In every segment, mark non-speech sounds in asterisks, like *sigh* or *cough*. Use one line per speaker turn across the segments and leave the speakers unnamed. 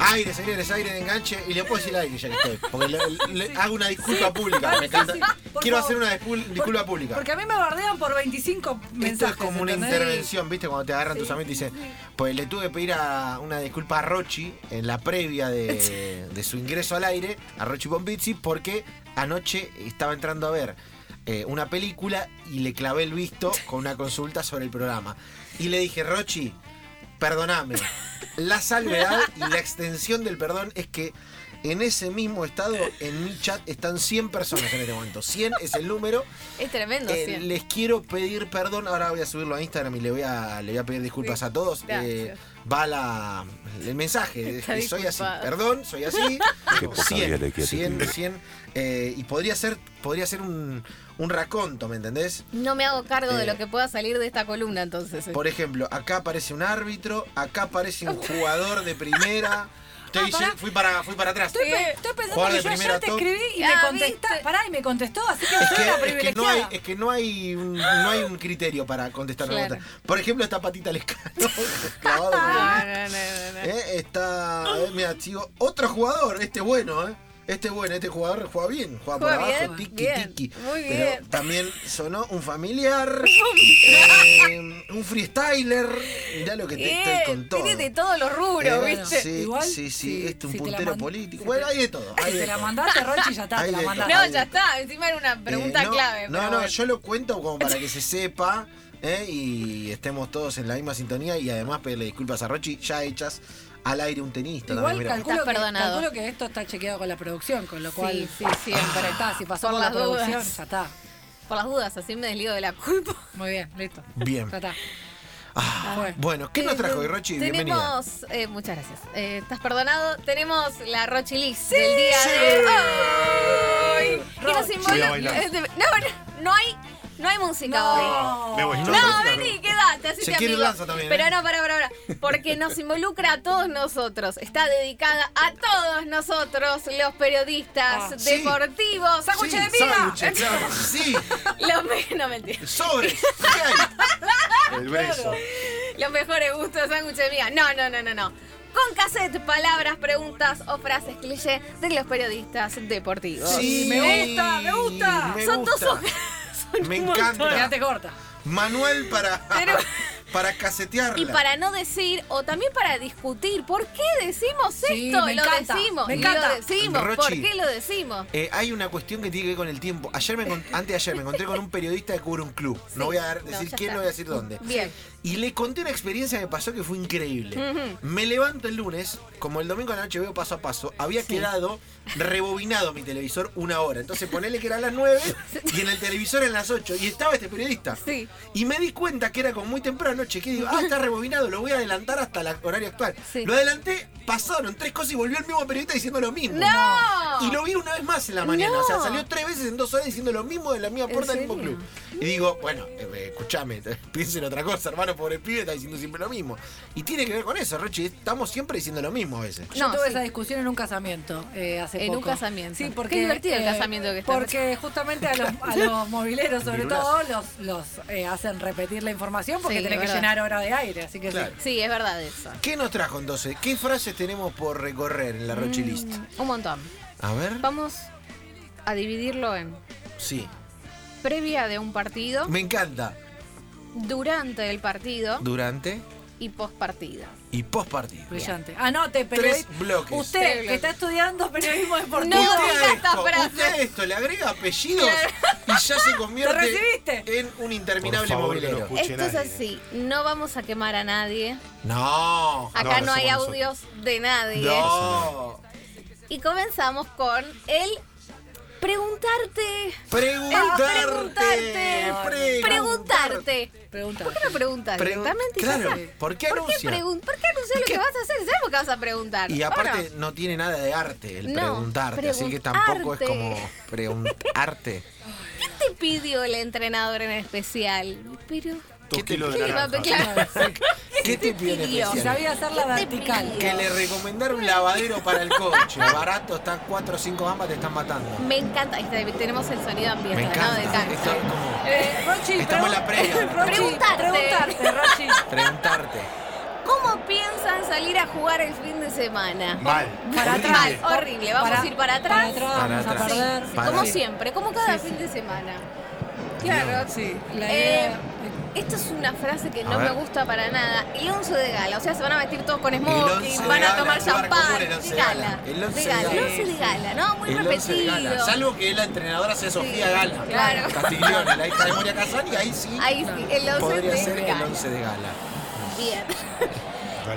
aire, señores, aire de enganche. Y le puedo decir aire ya que estoy. Porque le, le- hago una disculpa pública.
Ah,
me
sí,
encanta.
sí, por
Quiero hacer
favor.
una discul- disculpa pública.
Porque a mí me bardean por 25
Esto
mensajes.
es como una
¿entendés?
intervención, ¿viste? Cuando te agarran tus amigos y dicen, pues le tuve que pedir a- una disculpa a Rochi en la previa
*laughs*
de, de su ingreso al aire, a Rochi Bombizzi, porque anoche estaba entrando a ver eh, una película y le clavé el
*laughs*
visto con una consulta sobre el programa. Y le dije, Rochi, perdoname. La salvedad y la extensión del perdón es que en ese mismo estado, en mi chat, están 100 personas en este momento. 100 es el número.
Es tremendo,
Eh,
sí.
les quiero pedir perdón, ahora voy a subirlo a Instagram y le voy a, le voy a pedir disculpas a todos.
Gracias.
Eh, va la, el mensaje,
Está
eh, soy así,
disculpado.
perdón, soy
*laughs*
así.
Qué poca vida le queda a este
100,
pibe.
100, eh, y podría ser, podría ser un, un raconto, ¿me entendés?
No me hago cargo de
Eh,
lo que pueda salir de esta columna, entonces. eh.
Por ejemplo, acá aparece un árbitro, acá aparece un jugador de
*laughs*
primera. Te
Ah,
hice-
pará.
fui para, fui para atrás.
Estoy, pe- estoy pensando
Jugar
que
de
yo
primera
ayer te
top.
escribí y
Ah,
me contestaste.
¿viste?
Pará, y me contestó, así que
Es
soy una
que, es que no hay,
privilegiada.
es que no hay un, no hay un criterio para contestar la
Claro.
pregunta. Por ejemplo, esta patita *laughs* Lescano
*laughs*
clavado con el
Ah, No, no, no, no, no.
Eh, Está. a ver, mira, sigo. Otro jugador, este bueno, ¿eh? Este bueno, este jugador juega bien, juega,
Juega
por abajo,
bien,
tiki,
bien,
tiki.
muy
Pero
bien.
también sonó un
*laughs*
familiar, eh, un freestyler. Mirá lo que te estoy
Bien,
con todo.
tiene de todos los rubros,
Eh,
¿viste?
Sí,
Igual,
sí, sí,
si-
este un
si te la
puntero
mand-
político.
si
bueno,
te-
hay de todo.
Si
hay de
te la
todo.
mandaste, Rochi, ya está,
Ahí
te la
le-
mandaste.
No,
Ahí
ya
está.
está. Encima era una pregunta
Eh, no,
clave.
No,
pero
no,
bueno.
yo lo cuento como para que se sepa eh, y estemos todos en la misma sintonía y además pedirle disculpas a Rochi ya hechas al aire un tenista. también,
Igual
mirá.
calculo
Estás
que,
perdonado.
calculo que esto está chequeado con la producción, con lo
Sí,
cual.
sí, siempre.
Está, si pasó
Por
por la
las dudas.
producción, ya está.
Por las dudas, así me desligo de la culpa.
Muy bien, listo. *laughs*
Bien.
Ya está.
Ah,
Bueno.
bueno, ¿qué nos
Eh,
trajo hoy, Rochi? Bienvenida.
Tenemos, eh, muchas gracias. Eh, Estás perdonado. Tenemos la Rochi Liz del día
Sí.
de hoy. Que nos
Rochi.
Voy a
involucra-
bailar.
eh, No, no, no hay, no hay música hoy.
No.
Me voy.
No, vení, quedate, así
Se
te
quiere
amigo.
Lanza también,
Pero
¿eh?
no, para, para, para. Porque nos involucra a todos nosotros. Está dedicada a todos nosotros, los periodistas
Ah,
sí.
deportivos.
Sándwich de miga.
sándwiches,
*laughs*
claro. Sí,
Los me- no, mentira.
sobres. ¿Qué hay?
El beso.
Los mejores gustos de sándwich de miga. No, no, no, no, no. Con cassette, palabras, preguntas o frases cliché de los periodistas deportivos.
Sí,
me gusta, me gusta.
me
Son dos
gusta.
hojas.
Me
Quédate
encanta.
corta.
Manual para,
Pero-
*laughs* para casetearla.
Y para no decir, o también para discutir, ¿por qué decimos
Sí,
esto?
me
lo
encanta,
decimos,
me
lo
encanta.
decimos,
Rochi.
¿por qué lo decimos?
Eh, hay una cuestión que tiene que ver con el tiempo. Ayer me
*laughs*
encont- antes de ayer me encontré con un periodista que cubre un club. No
Sí.
voy a dar-
No,
decir
ya
quién,
está.
no voy a decir dónde.
Bien.
Y le conté una experiencia que pasó que fue increíble. Me levanto el lunes, como el domingo a la noche veo paso a paso, había quedado rebobinado mi televisor una hora. Entonces ponele que era a las 9 y en el televisor en las 8. Y estaba este periodista.
Sí.
Y me di cuenta que era como muy temprano, chequé y digo, ah, está rebobinado, lo voy a adelantar hasta el horario actual.
Sí.
Lo adelanté, pasaron tres cosas y volvió el mismo periodista diciendo lo mismo.
¡No!
Y lo vi una vez más en la mañana.
No.
O sea, salió tres veces en dos horas diciendo lo mismo de la misma
¿En
puerta del mismo
serio?
club. Y digo, bueno, eh, escuchame, *laughs* piensen otra cosa, hermano, pobre pibe, está diciendo siempre lo mismo. Y tiene que ver con eso, Rochi. Estamos siempre diciendo lo mismo a veces.
Yo
No,
tuve
sí.
esa discusión en un casamiento eh, hace
En
poco.
un casamiento.
Sí,
Qué
porque. eh,
divertido el casamiento que está.
Porque justamente a los, a los mobileros, sobre
Virulazo.
todo, los, los eh, hacen repetir la información porque
Sí,
tienen que
es verdad.
llenar hora de aire. Así que sí.
Claro.
Sí, es verdad eso.
¿Qué nos trajo entonces? ¿Qué frases tenemos por recorrer en la Rochi List?
Un montón.
A ver.
Mm. Vamos a dividirlo en
Sí.
previa de un partido,
Me encanta.
durante el partido
Durante
y post partido.
y post partido.
Brillante. Ah, Anote,
Tres
periodista.
bloques.
Usted
Tres bloques.
que está estudiando periodismo deportivo.
No,
usted,
me
a
encanta,
esto,
frase.
usted a esto le agrega apellidos
Claro.
y ya se convierte
recibiste?
en un interminable
Por favor, que lo
mobilero.
escuche
Esto es
nadie.
así, no vamos a quemar a nadie.
No.
Acá no,
no
hay
somos
audios de nadie.
No.
Y comenzamos con el preguntarte. El
Preguntarte.
preguntarte. Preguntarte.
Pregunta.
¿Por qué no preguntas
Pre-
directamente? y ya
claro,
está?
¿por qué
¿Por qué,
anuncia?
pregun- ¿Por qué anunciar lo que vas a hacer? ¿Sabes lo que vas a preguntar?
y
¿O
aparte
no?
no? tiene nada de arte el
No,
preguntarte, así que tampoco es
preguntarte.
como preguntarte.
*laughs* ¿qué te pidió el entrenador en especial? Pero,
Dos
¿Qué te-
kilos
¿qué
de
le va a
naranja.
claro. *laughs*
¿Qué te piden
pidió?
Si
especial?
sabía hacer la
¿Qué te
vertical.
pidió?
Que le recomendaron un lavadero para el
*laughs*
coche. Barato, están 4 o 5 ambas, te están matando.
Me encanta. Ahí está, tenemos el sonido ambiental,
Me
¿no? De
encanta.
tanque.
Esto es como
Eh, Rochi,
Estamos en
pregun-
la previa.
*laughs* Rochi,
Preguntarte. *laughs*
preguntarte, Rochi.
preguntarte.
¿Cómo piensan salir a jugar el fin de semana?
Mal.
Para
Horrible.
atrás.
Mal, horrible. Vamos
Para-
a ir para atrás.
Para
vamos
atrás.
a perder.
Para
como
sí.
siempre, como cada
Sí,
fin de semana.
Claro,
Claro,
Sí, la
Eh,
idea.
Esta es una frase que
A
no me
ver.
gusta para nada. El once de gala, o sea, se van a vestir todos con
El
smoking,
once de
van a
gala,
tomar
jugar común
champán.
el once
De
de gala.
gala.
El once
de
de
gala.
gala.
El once de gala, ¿no? Muy
El once de
repetido.
gala. Salvo que la entrenadora sea Sofía Gala.
Claro.
Castiglione, la hija de Moria Casán, y ahí sí.
Ahí sí, el once
Podría
de
ser el
gala.
11 de gala.
Bien.
Gala,
*laughs*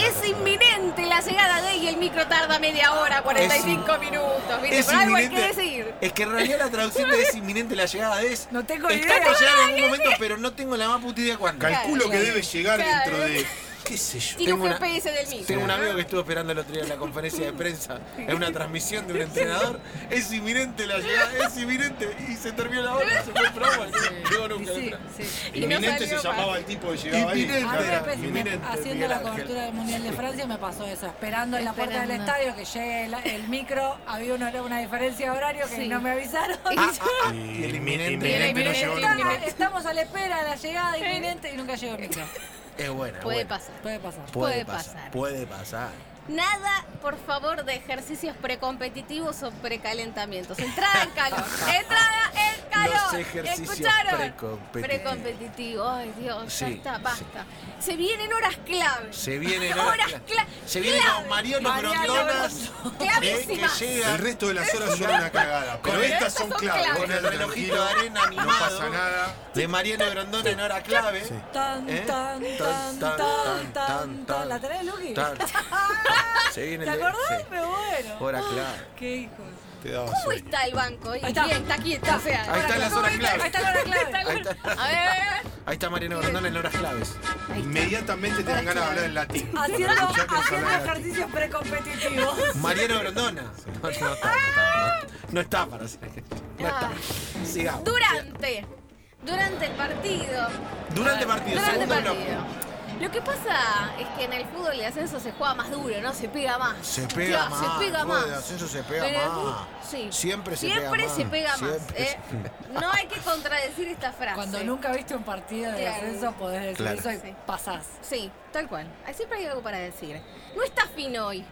Es inminente la llegada de y el micro tarda media hora, 45 minutos. ¿viste? Pero algo hay que decir.
Es que en realidad la traducción de es inminente la llegada de es.
No tengo
está
idea.
por llegar en algún momento, pero no tengo la más puta idea cuándo.
Calculo que
Claro.
debe llegar
Claro.
dentro de. ¿Qué sé yo?
Tiene
tengo
un
una-
GPS del micro.
Tengo un amigo que estuvo esperando el otro día en la conferencia de prensa, en una transmisión de un entrenador. Es inminente la llegada, es inminente. Y se terminó la hora, se fue el programa. No llegó
Y
nunca.
Sí,
nunca.
*laughs* sí.
Y no
Inminente
salió
se llamaba
más.
el tipo que llegaba ahí.
Inminente.
Claro.
Era
A mí me-
inminente,
haciendo
Miguel
la
Ángel.
cobertura del Mundial de Francia me pasó eso, esperando en la puerta del
Esperando.
estadio que llegue el, el micro, había una, una diferencia de horario que
Sí.
no me avisaron.
Ah, ah, ah,
Y
y el
inmi-
inminente.
inminente
no
Estaba-
llegó nunca. inminente.
estamos a la espera de la llegada inminente y nunca llegó el micro.
Es buena.
Puede
buena.
pasar.
Puede pasar.
Puede
Puede
pasar.
pasar.
Puede pasar.
Nada, por favor, de ejercicios precompetitivos o precalentamientos. Entrada en
*laughs*
calor. Entrada en calor.
Los ejercicios
¿Escucharon?
precompetitivos.
Precompetitivos. Ay, Dios,
Sí,
ya está,
sí.
basta. Se vienen horas clave.
Se viene
*laughs* Horas cla-
Se viene con Mariano
Mariano
Grondonas. eh, Que
Clavísimas.
El
llega
resto de las horas son una cagada. Pero
Con
estas son
estas son
claves.
claves.
con el relojito de arena
No
animado.
pasa nada.
De Mariano Grondona en hora clave.
Tan,
¿Eh?
tan, tan, tan, tan, tan, ¿La tenés, Luqui?
Tan. Se viene
¿Te
el-
acordás?
sí.
Pero bueno.
Hora clave.
Qué hijos.
Te daba
¿Cómo
sueño.
está el banco? Ahí
Ahí está.
está, está aquí, está. O sea,
Ahí están las horas clave.
Ahí está la hora clave.
*laughs*
Ahí está,
A ver, a ver.
ahí está Mariano Grondona en horas claves.
Inmediatamente te dan ganas de hablar en latín.
Haciendo,
Cuando escuchás que nos
haciendo
hablan en latín.
ejercicios precompetitivos.
Mariano Grondona. No, no está, no está, no- no está para hacer. No está. Sigamos.
Durante. Durante el partido.
Durante el partido,
Durante el
segundo
partido.
bloque.
Lo que pasa es que en el fútbol el ascenso se juega más duro, ¿no? Se pega más.
Se pega
Claro,
más.
Se pega
juego
más.
de ascenso se pega
Pero el fútbol-
más.
sí.
Siempre se
Siempre
pega
se
más.
pega más,
Siempre
¿eh? No hay que contradecir esta frase.
Cuando nunca viste un partido de
Claro.
ascenso, podés decir
Claro.
eso y
Sí.
pasás.
Sí, tal cual. Ahí Siempre hay algo para decir. No está fino hoy.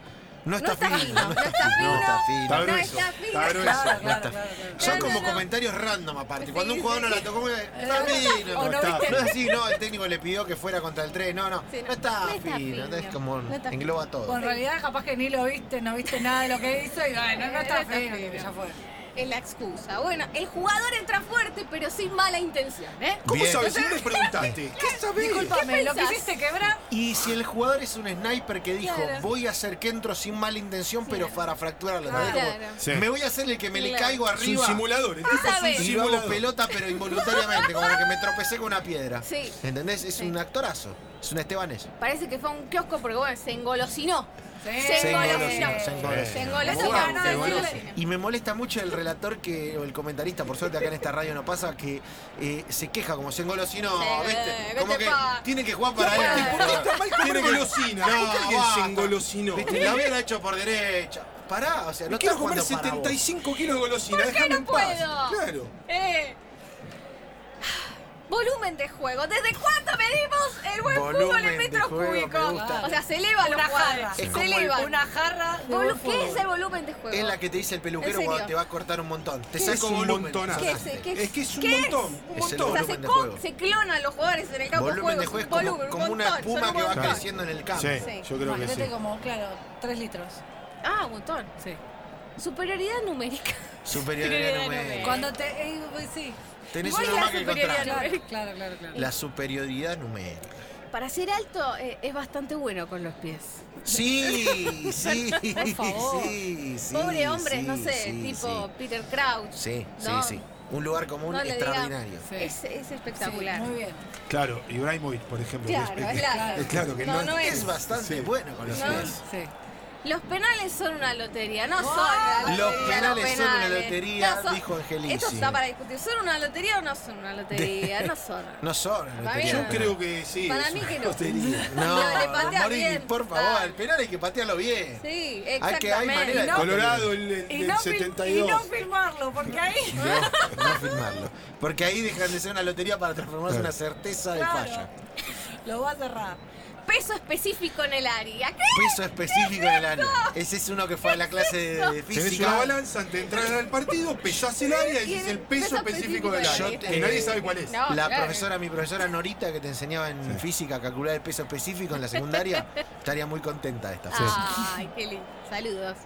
No está fino.
No está fino.
*laughs* No está
Está
fino.
No
grueso.
está fino.
Está
Claro,
grueso.
No está
claro, claro, claro.
Son
No,
como
no, no.
comentarios random aparte.
Sí,
Cuando un jugador no la tocó,
*laughs*
está
O
fino.
no
está.
No
viste.
es así, no, el técnico le pidió que fuera contra el 3. No, no,
Sí, no.
no está
No está
fino.
fino.
Es como
No está
engloba
O en
todo.
realidad capaz que ni lo viste, no viste nada de lo que hizo y bueno, no está
Eh, no está
feo,
fino.
ya fue.
Es la excusa. Bueno, el jugador entra fuerte, pero sin mala intención, ¿eh?
¿Cómo
Bien.
sabes? Si no le preguntaste. ¿Qué sabés?
Disculpame, lo
pensás?
quisiste quebrar.
Y si el jugador es un sniper que dijo,
Claro.
voy a hacer que entro sin mala intención, pero para fracturarlo
Claro.
también.
Claro.
Sí.
Me voy a hacer el que me le
Claro.
caigo
Es un
arriba.
simulador.
¿Qué sabés?
Y
Sí,
lo hago
boludo.
pelota, pero involuntariamente, como que me tropecé con una piedra.
Sí.
¿Entendés? Es
Sí.
un actorazo. Es un estebanés.
Parece que fue a un kiosco porque bueno, se engolosinó.
Sí.
Se
Se
engolosinó.
engolosinó, se engolosinó.
Se
Eso
engolosinó.
no,
Se
no,
engolosinó.
decirle-
Y me molesta mucho el relator que, o el comentarista, por suerte acá en esta radio no pasa, que eh, se queja como se engolosinó,
Sí,
¿viste?
¿qué
Como
te
que
pasa?
tiene que jugar para
puede
él.
ser.
¿Por qué está mal comer
Tiene que- No,
golosina? ¿Por qué alguien se
basta.
engolosinó?
¿Viste? La hubiera hecho por derecha. Pará, o sea, no
No
estás
quiero comer
jugando para vos.
75 kilos de golosina.
¿Por qué
déjame
no
en paz.
puedo?
Claro.
Eh. Volumen de juego. ¿Desde cuándo medimos el buen fútbol
Volumen
en
de
metros
juego, me
cúbicos?
gusta.
O sea, se eleva
Una
los
jarra.
jugadores.
Es
Se
como el-
eleva.
Una jarra de buen
¿Qué
fútbol.
es el volumen de juego?
Es la que te dice el peluquero
¿En serio?
cuando te va a cortar un montón. Te
¿Qué es
saco
un
volumen.
montonazo?
¿Qué es? ¿Qué
Es que es un
¿Qué
montón. Un
Es el
O
montón.
sea,
volumen
se,
de
co-
juego.
se clonan los jugadores en el campo
Volumen de
juego.
juego
es
es
un
como,
volumen, un
como una
montón, son
espuma
un
que va
montón.
creciendo en el campo.
Sí, yo creo que sí.
Imagínate como, claro, tres litros.
Ah, un montón.
Sí.
Eh.
Superioridad numérica.
Superioridad
Superioridad
numérica.
numérica.
Cuando te. eh, pues sí.
Tenés
Igual
una
la
más que
superioridad
encontrar.
Claro, claro, claro. claro.
La superioridad numérica.
Para ser alto eh, es bastante bueno con los pies.
Sí, sí,
*laughs*
Por favor.
sí, sí.
Pobre hombre,
sí,
no sé,
sí,
tipo Peter Crouch.
Sí, sí,
¿no?
sí, sí. Un lugar común
No le diga-
extraordinario.
Sí.
Es, es
Sí,
espectacular.
muy bien.
Claro, Ibrahimovic, por ejemplo. que
Claro, es claro.
es claro que
No,
no,
no
Es bastante
Sí.
bueno con los
No.
pies.
Sí.
Los penales son una lotería, no
¡Wow!
son una lotería.
Los penales son una lotería,
son-
dijo Angelici.
Esto está para discutir. ¿Son una lotería o no son una lotería? No son.
*laughs* No son.
Para mí
Yo
no.
creo que sí.
Para
es
mí
una
que no.
lotería.
No,
No, le patea
Morini,
bien.
por favor,
Ah.
el penal hay que patearlo bien.
Sí,
Hay que- hay
exactamente.
manera de-
No.
*laughs* Colorado, el, el
Y
del
no, fil-
72.
y no filmarlo, porque ahí.
*laughs*
*laughs*
No, no firmarlo. Porque ahí dejan de ser una lotería para transformarse en una certeza de
Claro.
falla.
Lo va a cerrar.
peso específico en el área. ¿Qué?
Peso específico en el ano. Ese es uno que fue a la clase de, de
Tenés una
física.
balanza antes de entrar al partido, pesás el área y
Y
es
el
el peso
peso
específico del
específico
del
área. Que
área.
nadie sabe cuál es.
No,
La
Oh, claro.
profesora, mi profesora Norita, que te enseñaba en física a calcular el peso específico en la
*laughs*
secundaria, estaría muy contenta de esta
Ah.
frase.
Ay, qué lindo. Saludos.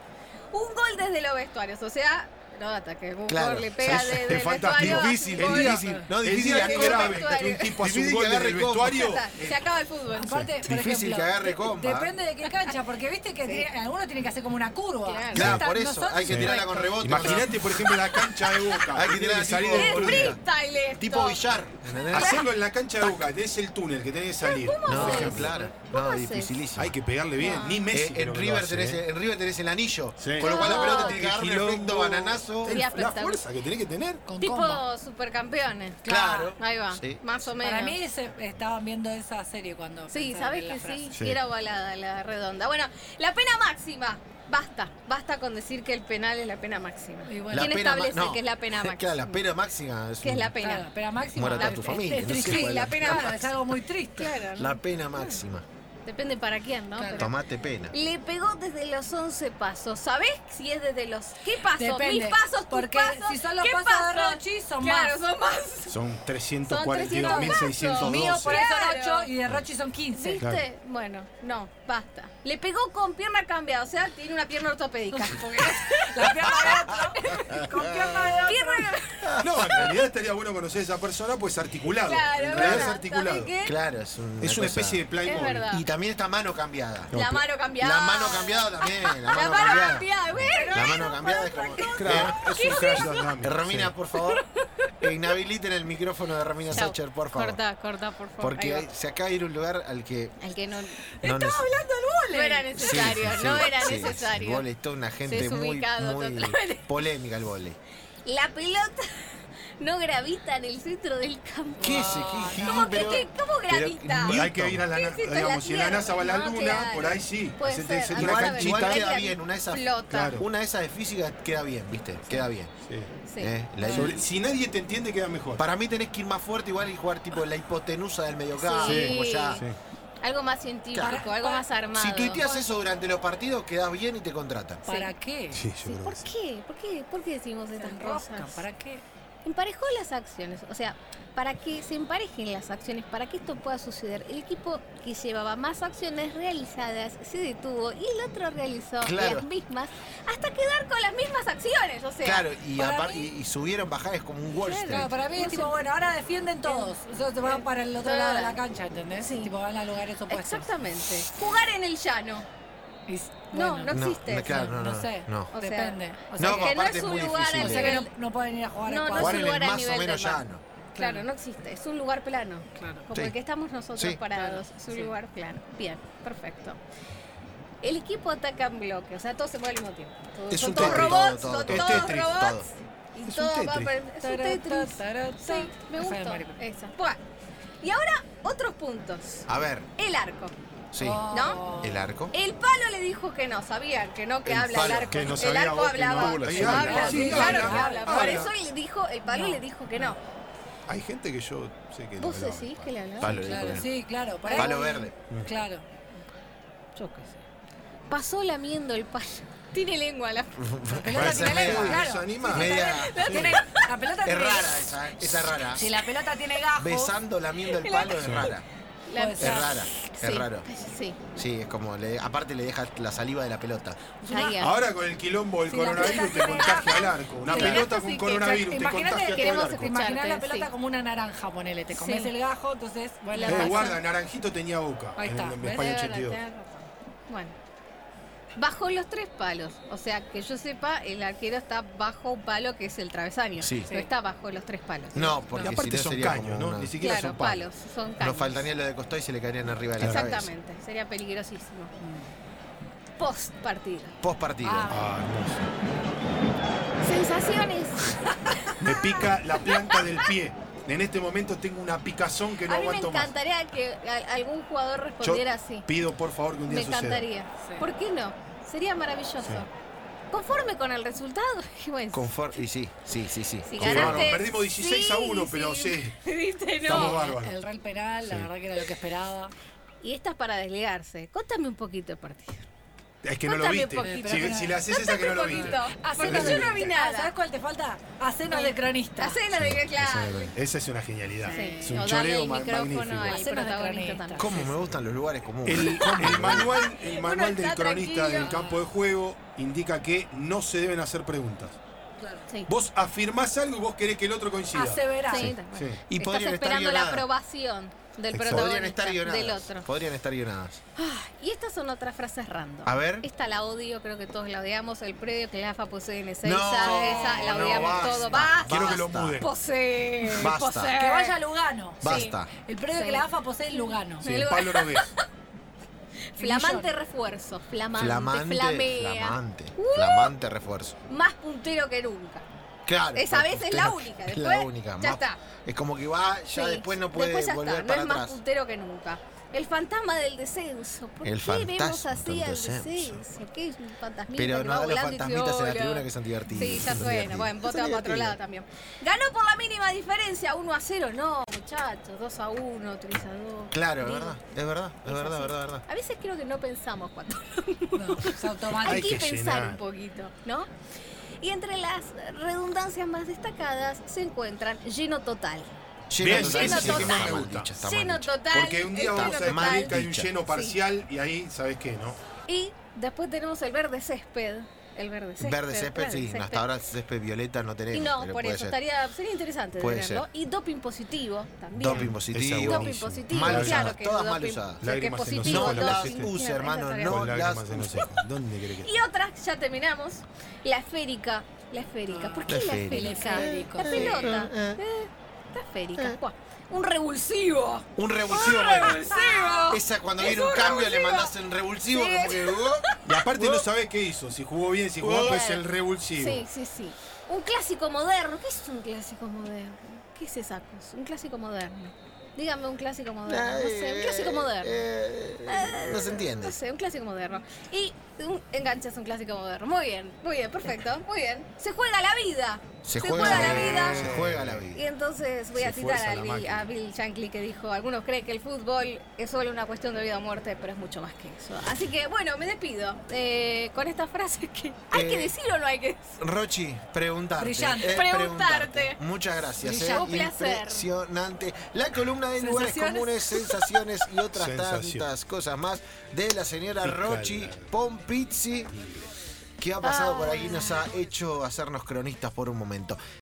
Un gol desde los vestuarios, o sea, no ataque. Un
Claro.
gol le pega
Es- *laughs* es
desde el
fantástico.
vestuario.
Difícil,
gol.
es difícil.
No,
El
difícil
día
es
que
que
grave
vestuario.
que un tipo hace un
Difícil
gol
que
desde
agarre
el
combo.
vestuario.
Ya está, Se acaba el fútbol.
Aparte, Este, por
Difícil
ejemplo,
que agarre comba, ¿eh?
Depende de qué cancha, porque viste que tiene- algunos tienen que hacer como una curva.
Claro.
No
Claro,
están-
por
no
eso
son
hay que tirarla con
rectos.
rebote.
Imagínate, por ejemplo, la cancha de Boca.
Hay que
Tiene
tirar
salir
tipo-
del
Es
boludo.
túnel.
freestyle esto.
Tipo billar. ¿entendés?
Hacerlo en la cancha de Boca, tenés el túnel que tenés que salir.
No,
Por ejemplo.
claro.
¿Cómo
No,
haces?
dificilísimo.
Hay que pegarle bien. Ni Messi.
Eh, en,
creo que lo
River
hace,
tenés,
¿eh?
en River tenés el anillo.
Sí.
Con lo cual la
No.
pelota tiene que
Qué
agarrar el
quilombo.
efecto bananazo.
Sería
La
espectacular.
fuerza que tenés que tener.
Con comba.
Tipo supercampeones.
Claro.
Ahí va.
Sí.
Más o menos.
Para mí se- estaban viendo esa serie cuando.
Sí,
pensaron
sabes
en la
que sí,
frase.
Sí.
era ovalada la redonda. Bueno, la pena máxima. Basta, basta con decir que el penal es la pena máxima.
Y bueno.
La
¿Quién
pena ma-
establece
no.
que es la pena máxima?
*laughs* Claro, la pena máxima. es
¿Qué es
un-
la pena?
Claro, pero máximo.
Muérete
la-
a tu familia,
Es,
no sé
triste,
cuál
la
es.
pena
Claro.
máxima. es algo muy triste.
Claro, ¿no? Ah.
La pena máxima.
Depende para quién, ¿no?
Claro.
Pero-
Tomate pena.
Le pegó desde los 11 pasos. ¿Sabés si es desde los qué pasos?
Depende,
Mis pasos, tus
porque
pasos.
si son los
¿qué
pasos de Rochi, son
Claro,
más.
son más.
Son
Son
Mío por
322.612.
ahí son
Claro.
8 y de Rochi son 15.
¿Viste?
Claro.
Bueno, no, basta. Le pegó con pierna cambiada, o sea, tiene una pierna *laughs* ortopédica.
*laughs* La pierna de otro. Con pierna de otro.
pierna
No, en realidad estaría bueno conocer a esa persona, pues articulado.
Claro,
en realidad
bueno,
es articulado.
¿sabés qué?
Claro, es una,
Es una
cosa-
especie de play
Es
móvil.
verdad.
Y también está mano cambiada.
La mano cambiada.
La mano cambiada también. La
La
mano
mano
cambiada.
cambiada, bueno.
La mano cambiada es como.
Claro, es un crash dynamic,
Eh, Romina,
sí.
por favor, *laughs* inhabiliten el micrófono de Romina
Chau.
Sacher, por favor.
Corta, corta, por favor. Ahí
Porque
va.
se acaba de ir a un lugar al que.
Al que no,
No
Estaba hablando del
no era
vole.
Sí, sí,
necesario,
sí,
no era
sí, sí,
necesario.
El vole es toda una gente muy,
Desubicado
muy
totalmente. *laughs*
polémica el vole.
La pelota *laughs* no gravita en el centro del campo.
¿Qué es ese? ¿Qué- qué-
¿Cómo, que-
pero-
qué- cómo gravita?
Pero hay que ir a la
¿Qué
NASA,
hiciste en
digamos,
la
si la
Tierra?
NASA va a la
No,
Luna,
claro.
por ahí sí.
Puede
Hacete-
ser,
hacete
hay
una
que
Igual,
ver.
igual
canchita.
queda bien, una de esas.
Flota.
Claro.
Una de esas de física queda bien, ¿viste? Queda bien.
Sí.
Sí.
Eh, la-
Sobre- si nadie te entiende, queda mejor.
Para mí tenés que ir más fuerte igual y jugar tipo la hipotenusa del mediocampo.
Sí.
como ya-
Sí.
Algo más científico,
Claro.
algo más armado.
Si tuiteas eso durante los partidos, quedás bien y te contratan.
¿Para qué?
Sí,
Sí,
yo creo
¿Por
que sí.
qué? ¿Por qué? ¿Por qué decimos
Se
estas
enroscan,
cosas?
¿para qué?
Emparejó las acciones, o sea, para que se emparejen las acciones, para que esto pueda suceder, el equipo que llevaba más acciones realizadas se detuvo y el otro realizó
Claro.
las mismas hasta quedar con las mismas acciones, o sea,
Claro, y,
para
apar-
mí-
y- y subieron, bajar es como un Wall Street.
Claro, para mí es tipo, bueno, ahora defienden todos. O sea, se van para el otro lado de la cancha, ¿entendés?
Sí.
Tipo, van a lugares opuestos.
exactamente. Jugar en el llano,
Y s-
No,
bueno,
no existe eso.
claro, no, no,
sé.
no.
O sea,
Depende.
No,
O sea,
como
que no
aparte
es
es
un
muy
lugar
difícil.
o
al
sea
de-
que no, no pueden ir a jugar
No,
a
no
cuadro.
Jugar en
lugar
el
a
más o
nivel
menos
del mar.
llano.
claro, no existe, es un lugar plano,
Claro.
como
Sí.
el que estamos nosotros
Sí.
parados,
Claro,
es un
sí.
lugar plano. Bien, perfecto. El equipo ataca en bloque, o sea, todos se mueven al mismo tiempo. Todos-
Es
son
un
todos
Tetris,
todo,
robots, son
todo,
todos
todo. Es Tetris,
robots. Y
Es un
todo va
Tetris.
para- es un Tetris. Sí,
Esa
me
es
gustó.
Maripel.
Esa. Buah. Y ahora otros puntos.
A ver,
El arco,
sí.
Oh.
¿no?
El arco.
El palo le dijo que no, sabían que no, que
El
habla el
palo,
arco.
que no
el
sabía
arco
vos que no
hablaba.
habla,
que
sí,
habla,
habla,
sí,
claro
habla,
que habla. Por
habla.
eso le dijo, el palo
No.
le dijo que no.
Hay gente que yo sé que
Vos
no lo
decís
hago.
que le hablaba.
Palo,
Claro,
dijo que
sí, claro.
no.
para
Palo
ahí-
verde. *laughs*
Claro.
Pasó lamiendo el palo. Tiene lengua la
La pelota
Parece
tiene lengua,
media-
claro.
animal.
media-
Tiene- La pelota
Es
tiene
rara esa, ¿eh? esa es rara.
Si la pelota tiene gajos.
Besando, lamiendo el palo es rara.
la-
Puede
Es
ser.
rara,
Sí,
es raro.
Sí.
Sí, es como, le- aparte le deja la saliva de la pelota.
Sabía.
Ahora con el quilombo del
Sí, la
coronavirus te
pelota
contagia al arco. Una
Sí.
pelota
Sí,
con
que-
coronavirus te
Imagínate
contagia
que
todo el
queremos
arco.
Te imaginás la pelota
sí.
como una naranja, ponele. Te comes
Sí.
el gajo, entonces. Bueno,
La
Eh,
razón.
guarda, naranjito tenía boca.
Ahí está,
En, en
¿ves?
España
Es verdad,
82.
tenés razón. Bueno. Bajo los tres palos. O sea, que yo sepa, el arquero está bajo un palo que es el travesaño.
Sí.
No está bajo los tres palos.
No,
Y
porque si
aparte
no
son
sería
caños,
como
¿no?
una-
Ni siquiera
Claro,
son palos.
palos, son caños.
Nos faltaría lo de costado y se le caerían arriba de la cabeza.
Exactamente, sería peligrosísimo.
Mm.
Post partido.
Post partido.
Ah.
Ah, hermoso.
Sensaciones.
Me pica la planta del pie. En este momento tengo una picazón que no
a mí me
aguanto más.
encantaría que a- algún jugador
Yo
respondiera así.
pido por favor que un día
Me
suceda.
encantaría.
Sí.
¿Por qué no? Sería maravilloso. Conforme con el resultado. *laughs* Y bueno,
Confort, y sí, sí, sí, sí.
si
Confort.
ganaste-
ganaste.
Perdimos 16 a uno, pero sí.
*laughs* Viste, no.
Estamos bárbaros.
El Real Penal, la verdad que era lo que esperaba.
Y esta es para desligarse. Contame un poquito el partido.
Es que no lo
Contame un
viste.
poquito.
Si, si le haces esa que no lo viste.
Porque
Hacenos
Porque
yo
de
Ah, no vi
cronista.
nada.
Ah, ¿Sabes cuál te falta? Hacenos de cronista.
Hacé la de claro.
Esa es una genialidad.
Sí.
Es un
O dale
choreo
el
ma-
micrófono al
magnífico.
Hacenos de
protagonista
cronista.
también.
¿Cómo me gustan los lugares comunes?
*laughs*
El, el manual, el manual del
está
cronista
tranquilo.
del campo de juego indica que no se deben hacer preguntas.
Sí.
Vos afirmás algo y vos querés que el otro
Ah,
coincida.
Aseverá.
Sí, tal
Sí.
cual.
Y
Estás
podrían estar
esperando la
violadas.
aprobación del
Exacto.
Podrían
protagonista,
estar guionadas.
del otro.
Podrían estar guionadas.
Y estas son otras frases random.
A ver.
Esta la odio, creo que todos la odiamos. El predio que la AFA posee en Ezeiza,
No,
esa la
no,
odiamos
basta.
todo. ¡Basta!
Quiero que lo
Basta.
mude.
Posee,
Basta.
posee.
Que vaya a Lugano.
Basta.
Sí. El predio
Sí.
que la AFA posee es Lugano.
Sí, el palo
*laughs*
no ves.
Flamante refuerzo, flamante,
Flamante,
flamea.
flamante, flamante refuerzo.
Más puntero que nunca.
Claro.
Esa
porque
vez es
usted
la
no-
única,
Es
después
la única.
ya
más-
está.
Es como que va, ya
Sí,
después no puede
después ya
volver
está,
para
no es
atrás.
más puntero que nunca. El fantasma del descenso. ¿Por
El
qué vemos
fantasma
así
del
al
descenso.
descenso? ¿Qué es un fantasmita
Pero
que
no
va
haga los
volando y que
fantasmitas en la
hola?
tribuna que son divertidos.
Sí, ya
son
suena.
divertidos.
Bueno, vos te
Son
vas para otro
divertidos.
lado también. Ganó por la mínima diferencia, 1 a 0. No, muchachos, 2 a 1, 3 a 2.
Claro, es
Sí.
verdad, es verdad, es verdad, verdad, verdad.
A veces creo que no
*laughs*
pensamos cuando
No, es automático.
Hay
hay que,
que
pensar
llenar.
un poquito, ¿no? Y entre las redundancias más destacadas se encuentran lleno total.
Bien,
total,
lleno
sí, sí,
total.
está mal
Me gusta.
dicho, está mal
lleno
dicho.
total.
Porque un día
lleno
vamos a
Está mal
descubrir que
total.
hay un
dicho.
lleno parcial y ahí, ¿sabés qué? ¿No?
Y después tenemos el verde césped. El verde césped.
Verde césped,
verde
sí,
césped.
hasta ahora césped violeta no tenemos.
Y no,
pero
por
puede
eso
ser.
estaría, sería interesante de
Puede
verlo.
ser.
Y doping positivo también.
Doping
Esa
positivo.
Doping
buenísimo.
positivo,
Mal
claro
usadas,
que
todas
doping,
mal usadas.
o sea, que es
Lágrimas en los
positivo,
ojos,
doping,
las
sí,
use,
esas
hermano,
áreas.
No,
Con lágrimas
las-
en los ojos. ¿Dónde querés que
Y otras, ya terminamos. La esférica. La esférica. ¿Por qué
La
la
esférica.
esférica? La pelota. Eh, la
Eh.
esférica. Buah. Un revulsivo.
Un revulsivo. bueno. Esa cuando viene un cambio le mandas el revulsivo
Sí.
como que
Y aparte no sabés qué hizo, si jugó bien, si jugó
Claro.
pues el revulsivo.
Sí, sí, sí. Un clásico moderno. ¿Qué es un clásico moderno? ¿Qué es esa cosa? Un clásico moderno. Dígame un clásico moderno. No sé, un clásico moderno.
moderno. No se entiende.
No sé, un clásico moderno. Y un, enganchas un clásico moderno. Muy bien, muy bien, perfecto, muy bien. Se juega la vida.
Se
juega la
vida.
Se juega la vida.
Y entonces voy a
Se
citar
fuerza
a,
la
Lee-
máquina.
a Bill Shankly que dijo, algunos creen que el fútbol es solo una cuestión de vida o muerte, pero es mucho más que eso. Así que bueno, me despido eh, con esta frase que hay que
Eh,
decir o no hay que decir.
Rochi, preguntarte.
Brillante.
Preguntarte.
Muchas gracias.
Brillante.
eh.
Un placer.
Impresionante. La columna de lugares
Sensaciones.
comunes, sensaciones y otras
*laughs* Sensación.
tantas cosas más de la señora
Fiscal.
Rochi Pompizzi. que ha pasado por aquí nos ha hecho hacernos cronistas por un momento.